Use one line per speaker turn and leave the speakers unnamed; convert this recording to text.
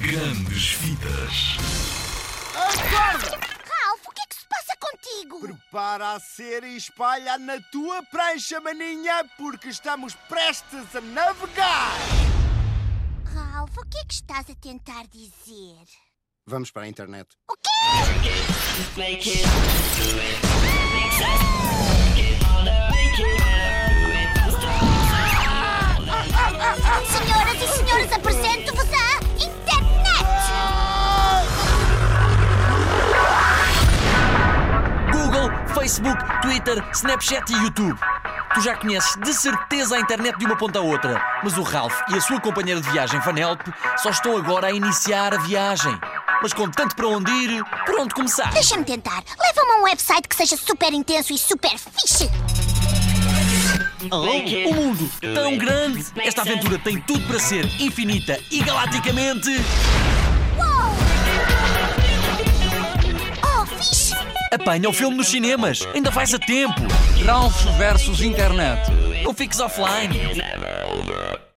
grandes fitas.
Ralph, o que é que se passa contigo?
Prepara a cera e espalha na tua prancha, maninha, porque estamos prestes a navegar!
Ralph, o que é que estás a tentar dizer?
Vamos para a internet.
O quê?
Make it, do it. Make sense. Make it harder, make it better, do it
Senhoras e senhores, apresento-vos à internet!
Google, Facebook, Twitter, Snapchat e YouTube. Tu já conheces de certeza a internet de uma ponta à outra, mas o Ralph e a sua companheira de viagem, Vanelpe, só estão agora a iniciar a viagem. Mas com tanto para onde ir, por onde começar?
Deixa-me tentar. Leva-me a um website que seja super intenso e super fixe.
Oh, o mundo tão grande! Esta aventura tem tudo para ser infinita e galaticamente
Oh, fixe!
Apanha o filme nos cinemas, ainda vais a tempo. Ralph versus Internet. Não fiques offline.